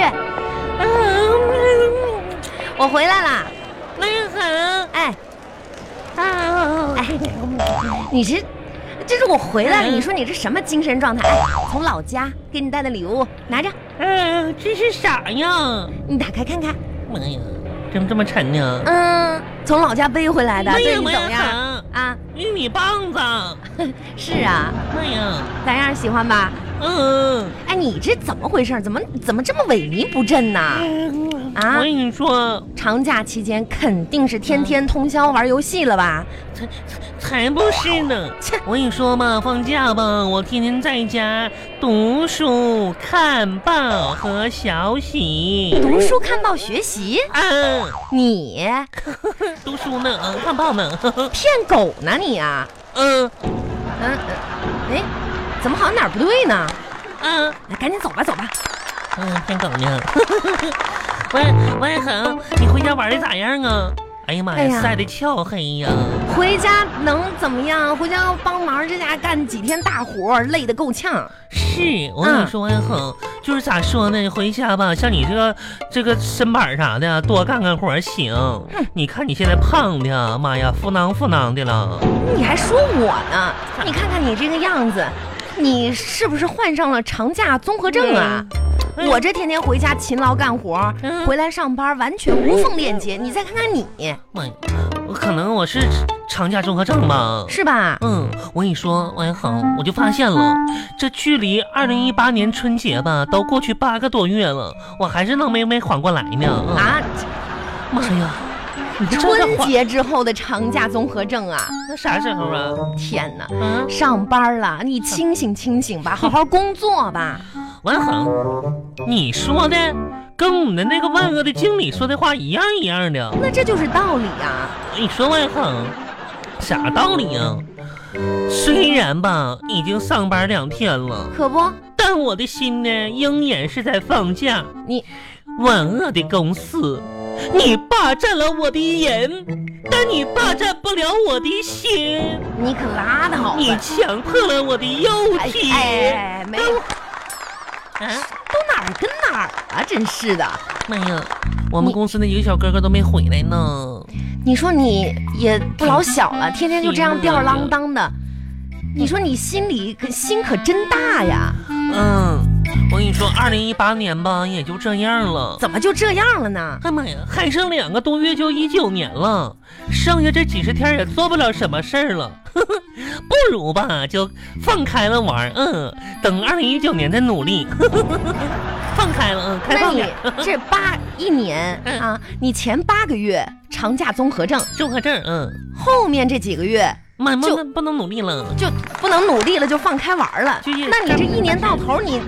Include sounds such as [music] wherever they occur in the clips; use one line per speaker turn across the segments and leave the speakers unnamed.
啊嗯
我回来啦！
没喊
哎
啊！
哎，你这这是我回来了，
嗯
你说你这什么精神状态？哎，从老家给你带的礼物，拿着，
哎，这是啥呀？
你打开看看。
妈呀，怎么这么沉呢？
嗯，从老哎家背回来的，
妈
对
呀
你
妈
怎么样？
呀，
啊，
玉米棒子！
是啊，
妈呀，
咋样？喜欢吧？
嗯，
哎，你这怎么回事？怎么怎么这么萎靡不振呢？啊
嗯我跟你说，
长假期间肯定是天
嗯
天通宵玩游戏了吧？
才才才不是呢
切！
我跟你说吧，放假吧，我天天在家读书、看报和学习。
读书、看报、学习，
啊，
你
读书呢，嗯，看报呢，
骗狗呢你啊？
嗯
嗯，嗯哎，怎么好像哪儿不对呢？
嗯
来，赶紧走吧，走吧。
嗯，骗狗呢。 [laughs] 喂喂，恒，你回家玩的咋样啊？哎呀妈
哎
呀，
呀
晒得翘黑呀！
回家能怎么样？回家帮忙，这家干几天大活儿，累得够呛。
是我跟你说，呀，恒，就是咋说呢？回家吧，像你这个这个身板啥的，多干干活行。你看你现在胖的，妈呀，腹囊腹囊的了。
你还说我呢？你看看你这个样子，你是不是患上了长假综合症啊？
嗯
我这天天回家勤劳干活儿，
嗯
回来上班完全无缝链接。你再看看你，
妈呀，我可能我是长假综合症吧。
是吧？
嗯，我跟你说，王一恒，我就发现了，这距离二零一八年春节吧，都过去八个多月了，我还是愣没没缓过来呢。嗯、
啊，
妈呀，你这
春
缓
节之后的长假综合症啊！
那啥时候啊？
天哪，
嗯，
上班了，你清醒清醒
[laughs]
吧，好好工作吧。
王一恒，你说的跟我们的那个万恶的经理说的话一样一样的。
那这就是道理啊。
你说王一恒，啥道理呀、虽然吧，已经上班两天了，
可不，
但我的心呢，仍然是在放假。
你
万恶的公司，你霸占了我的人，但你霸占不了我的心。
你可拉倒吧
你！强迫了我的肉
哎
体。
哎哎，没有，
啊，
都哪儿跟哪儿啊？真是的，
妈呀！我们公司那几个小哥哥都没回来呢。
你说你也不老小
[laughs]
了，天天就这样吊儿郎当的，你说你心里可心可真大呀？
嗯，我跟你说，二零一八年吧，也就这样了。
怎么就这样了呢？
哎妈呀，还剩两个多月就一九年了，剩下这几十天也做不了什么事儿了。呵呵，不如吧，就放开了玩儿，嗯，等二零一九年再努力。呵呵呵呵放开了，嗯，开
那
放
你
点。
这八一年
嗯
啊，你前八个月长假综合症，
综合症，嗯，
后面这几个月
妈，不
就
能不能努力了。
就不能努力了，就放开玩儿了。
就是
那你这一年到头，你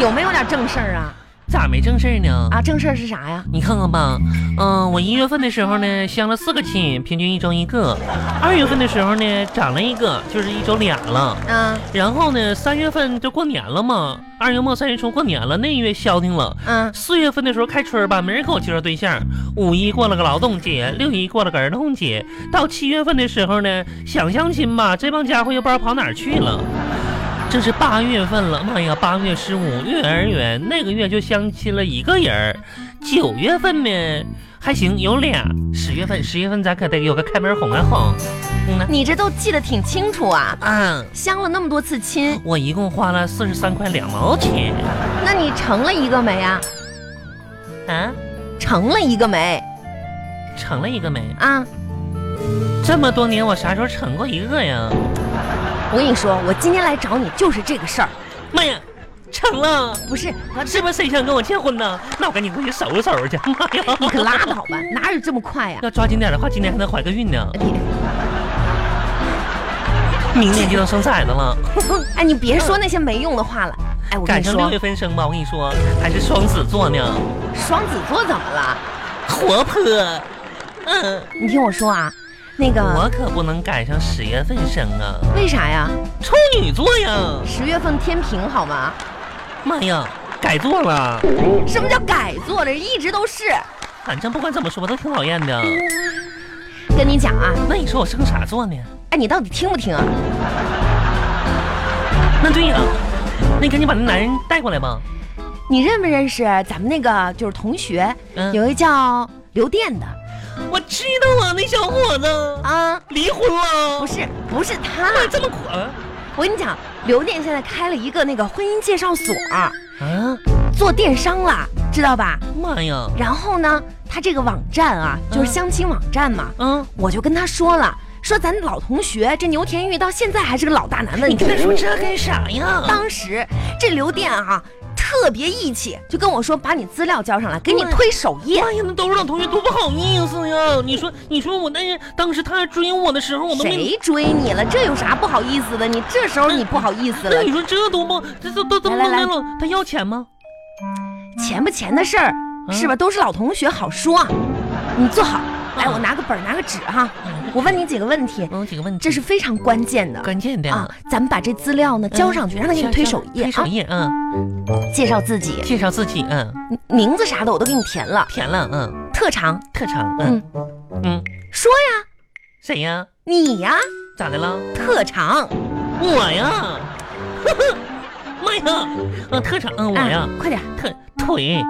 有没有点正事儿啊？
咋没正事儿呢？
啊，正事儿是啥呀？
你看看吧，嗯，我一月份的时候呢相了四个亲，平均一周一个；二月份的时候呢长了一个，就是一周俩了。
啊，
然后呢，三月份就过年了嘛，二月末三月初过年了，那一月消停了。
嗯，
四月份的时候开春儿吧，没人给我介绍对象。五一过了个劳动节，六一过了个儿童节，到七月份的时候呢，想相亲吧，这帮家伙又不知道跑哪儿去了。这是八月份了，妈呀，八月十五幼儿园那个月就相亲了一个人儿。九月份呢还行，有俩。十月份，十月份咱可得有个开门红啊红。嗯呐，
你这都记得挺清楚啊，
啊，
相了那么多次亲，
我一共花了四十三块两毛钱
那你成了一个没啊？
啊，
成了一个没
成了一个没？
啊？
这么多年我啥时候成过一个呀？
我跟你说，我今天来找你就是这个事儿，
妈呀，成了！
不是我
是不是谁想跟我结婚呢？那我赶紧回去收拾收拾去。妈呀，
你可拉倒吧，哪有这么快呀、 [laughs]
要抓紧点的话，今年还能怀个孕呢，
你
明年就能生崽子了。
[laughs] 哎，你别说那些没用的话了。哎，我跟
赶
你
上六
说
月，份生吧，我跟你说，还是双子座呢，
双子座怎么了？
活泼。嗯，
你听我说啊，那个
我可不能赶上十月份生啊，
为啥呀？
处女座呀！
十月份天平好吗？
妈呀，改座了，
什么叫改座了？一直都是。
反正不管怎么说吧，都挺讨厌的。
跟你讲啊，
那你说我生啥座呢？
哎，你到底听不听啊？
那对呀、那你赶紧把那男人带过来吧。
你认不认识咱们那个就是同学，
嗯
有一个叫留电的
我知道啊，那小伙子
啊，
离婚了，
不是不是他，
哎这么快啊
我跟你讲，留电现在开了一个那个婚姻介绍所，
啊！
做电商了，知道吧？
妈呀，
然后呢，他这个网站啊，就是
嗯
相亲网站嘛，
嗯，
我就跟他说了，说咱老同学这牛田玉到现在还是个老大
[laughs]
难问。
你跟他说这干啥呀？
当时这刘店啊，特别义气，就跟我说把你资料交上来，给你
对
推首页。
妈呀，那都是老同学，多不好意思呀！你说，你说我那当时他追我的时候，我都没。
谁追你了？这有啥不好意思的？你这时候你不好意思
那
了
你，说这多不，这都都都
来来来
弄了，他要钱吗？
钱不钱的事儿
嗯
是吧？都是老同学，好说。你坐好，来，
嗯
我拿个本儿，拿个纸哈
嗯。
我问你几个问题，
嗯，几个问题，
这是非常关键的
关键的
啊。咱们把这资料呢
嗯
交上去，让他给你推首页
推
啊
首，页，嗯，
介绍自己，
介绍自己，嗯，
名字啥的我都给你填了，
填了，嗯，
特长
特长，嗯嗯，
说呀，
谁呀？
你呀，
咋的了？
特
[laughs]
长。
我呀，妈呀，嗯，特长，嗯，我呀
啊，，快点
特腿，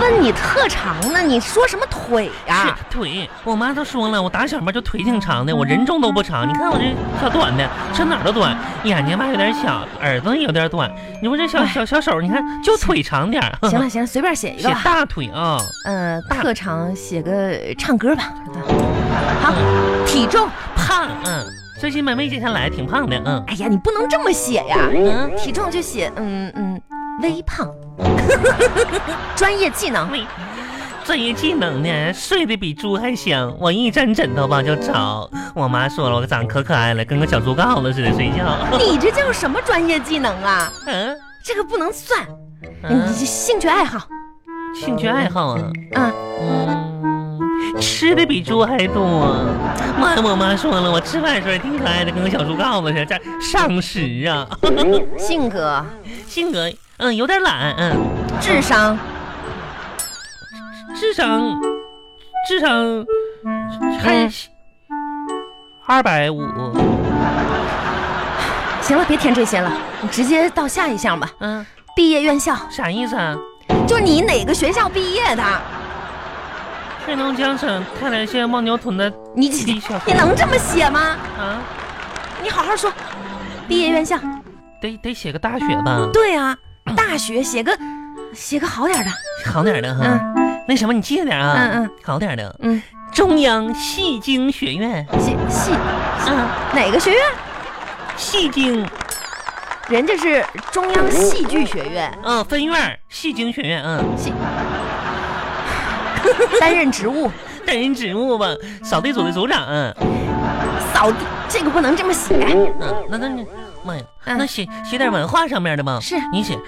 问你特长呢？你说什么腿呀、
是腿，我妈都说了，我打小嘛就腿挺长的，我人中都不长。你看我这小短的，这哪儿都短，眼睛吧有点小，耳朵也有点短。你说这小
哎
小小手，你看就腿长点儿。
[laughs] 行了行了，随便写一
写
个吧。
大腿啊、
呃，特长写个唱歌吧。好，体重，
嗯胖，嗯，最近没没减下来，挺胖的，嗯
哎呀，你不能这么写呀。
嗯，
体重就写嗯嗯微胖。 [laughs] 专业技能，
没。这一技能呢，睡得比猪还香。我一沾枕头吧就着。我妈说了，我长可可爱了，跟个小猪羔子似的睡
[laughs]
觉。
你这叫什么专业技能啊？
嗯
这个不能算，你
嗯，
这兴趣爱好。
兴趣爱好啊。
嗯，
嗯，吃的比猪还多。啊妈呀，我妈说了，我吃饭的时候也挺可爱的，跟个小猪羔子似的，这上食啊。
性格、
性格，嗯，有点懒，嗯，
智商，
智商，智商还
嗯
二百五，
行了，别填这些了，你直接到下一项吧。
嗯，
毕业院校，
啥意思啊？
就你哪个学校毕业的？
黑龙江省泰来县望牛 [laughs] 屯的
你
李小
你能这么写吗？
啊，
你好好说，毕业院校。
得得写个大学吧，
对啊，大学写个写个好点儿的。
好点儿的哈。
嗯
那什么，你记着点啊，
嗯嗯，
好点儿的，
嗯，
中央戏精学院，
戏戏
啊。
哪个学院？
戏精，
人家是中央戏剧学院，
嗯、分院儿戏精学院，嗯，
[laughs] 戏担任职务
担任职务吧，扫地组的组长，嗯，
扫地，这个不能这么写。
嗯，那那你，妈呀，
嗯
那写写点文化上面的吧，
是
你写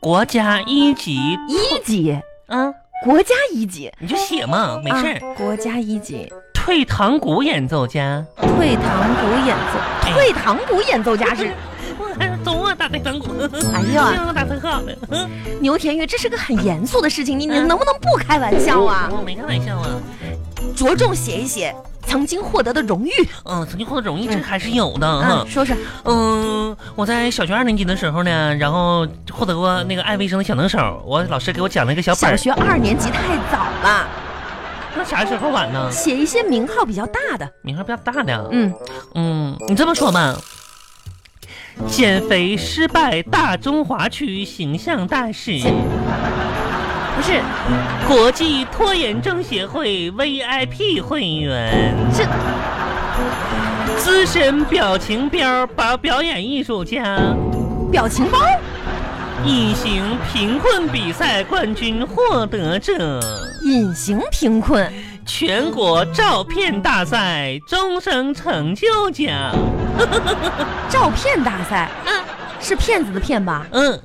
国家一级，
一级，
嗯，
国家一级，
你就写嘛，没事儿。
啊国家一级，
退堂鼓演奏家，
退堂鼓演奏，
哎
退堂鼓演奏家 [laughs] 是
我还 [laughs] 总我打退堂鼓，
哎
[laughs]
呀
让我打退好了，嗯
牛田玉，这是个很严肃的事情，你你
嗯
能不能不开玩笑啊？
我没开玩笑啊，
着重写一写曾经获得的荣誉
嗯，曾经获得荣誉这还是有的哈
啊，，说说
嗯，我在小学二年级的时候呢，然后获得过那个爱卫生的小能手，我老师给我讲了一个小本
小
儿。
学二年级太早了，
那啥时候晚呢？
写一些名号比较大的，
名号比较大的。啊
嗯，
嗯，你这么说吧，减肥失败大中华区形象大使，
不是
国际拖延症协会 VIP 会员，
这
资深表情标表表演艺术家，
表情包，
隐形贫困比赛冠军获得者，
隐形贫困，
全国照片大赛终生成就奖。
照片大赛，
嗯
是骗子的骗吧？
嗯，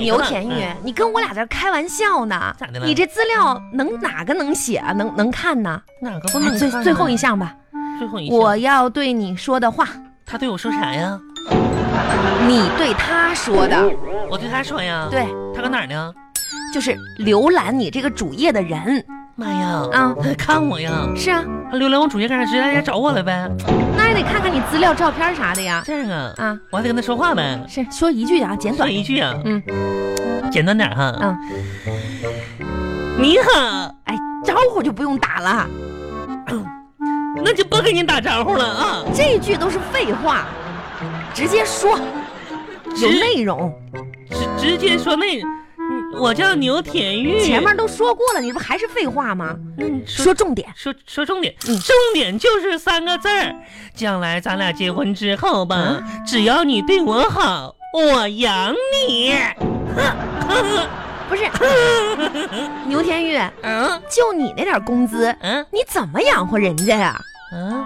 牛田玉
嗯，
你跟我俩在这开玩笑呢
咋的？了
你这资料能哪个能写啊？能能看呢？
哪个不能
哎最
看呢
最后一项吧，
最后一项
我要对你说的话，
他对我说啥呀？
你对他说的，
我对他说呀，
对，
他搁哪儿呢？
就是浏览你这个主页的人
妈呀，
啊。
看我呀！
是啊，
浏览我主页干啥？直接来家找我了呗？
那也得看看你资料、照片啥的呀。
这样啊，
啊，
我还得跟他说话呗。
是说一句啊，简
说
短。
一句啊，
嗯
简短点儿哈。
嗯
你好，
哎，招呼就不用打了，
那就不跟你打招呼了啊。
这句都是废话，直接说，有
直
内容。
直直接说那，嗯我叫牛田玉。
前面都说过了，你这不还是废话吗？
嗯
说
说
重点，
说说重点，
嗯
重点就是三个字儿。将来咱俩结婚之后
嗯
吧，只要你对我好，我养你。
嗯不是 [clears throat] 牛天玉，
嗯
就你那点工资，
嗯
你怎么养活人家呀？
嗯，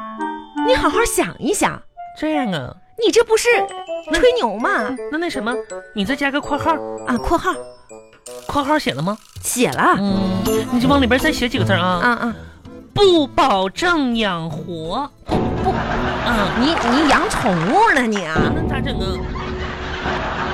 你好好想一想，
这样啊？
你这不是吹牛吗？
那那什么，你再加个括号，
啊，括号
括号写了吗？
写了，
嗯，你就往里边再写几个字儿啊。
啊啊，
不保证养活，
不不，
嗯，
你你养宠物呢你啊？
那咋整啊？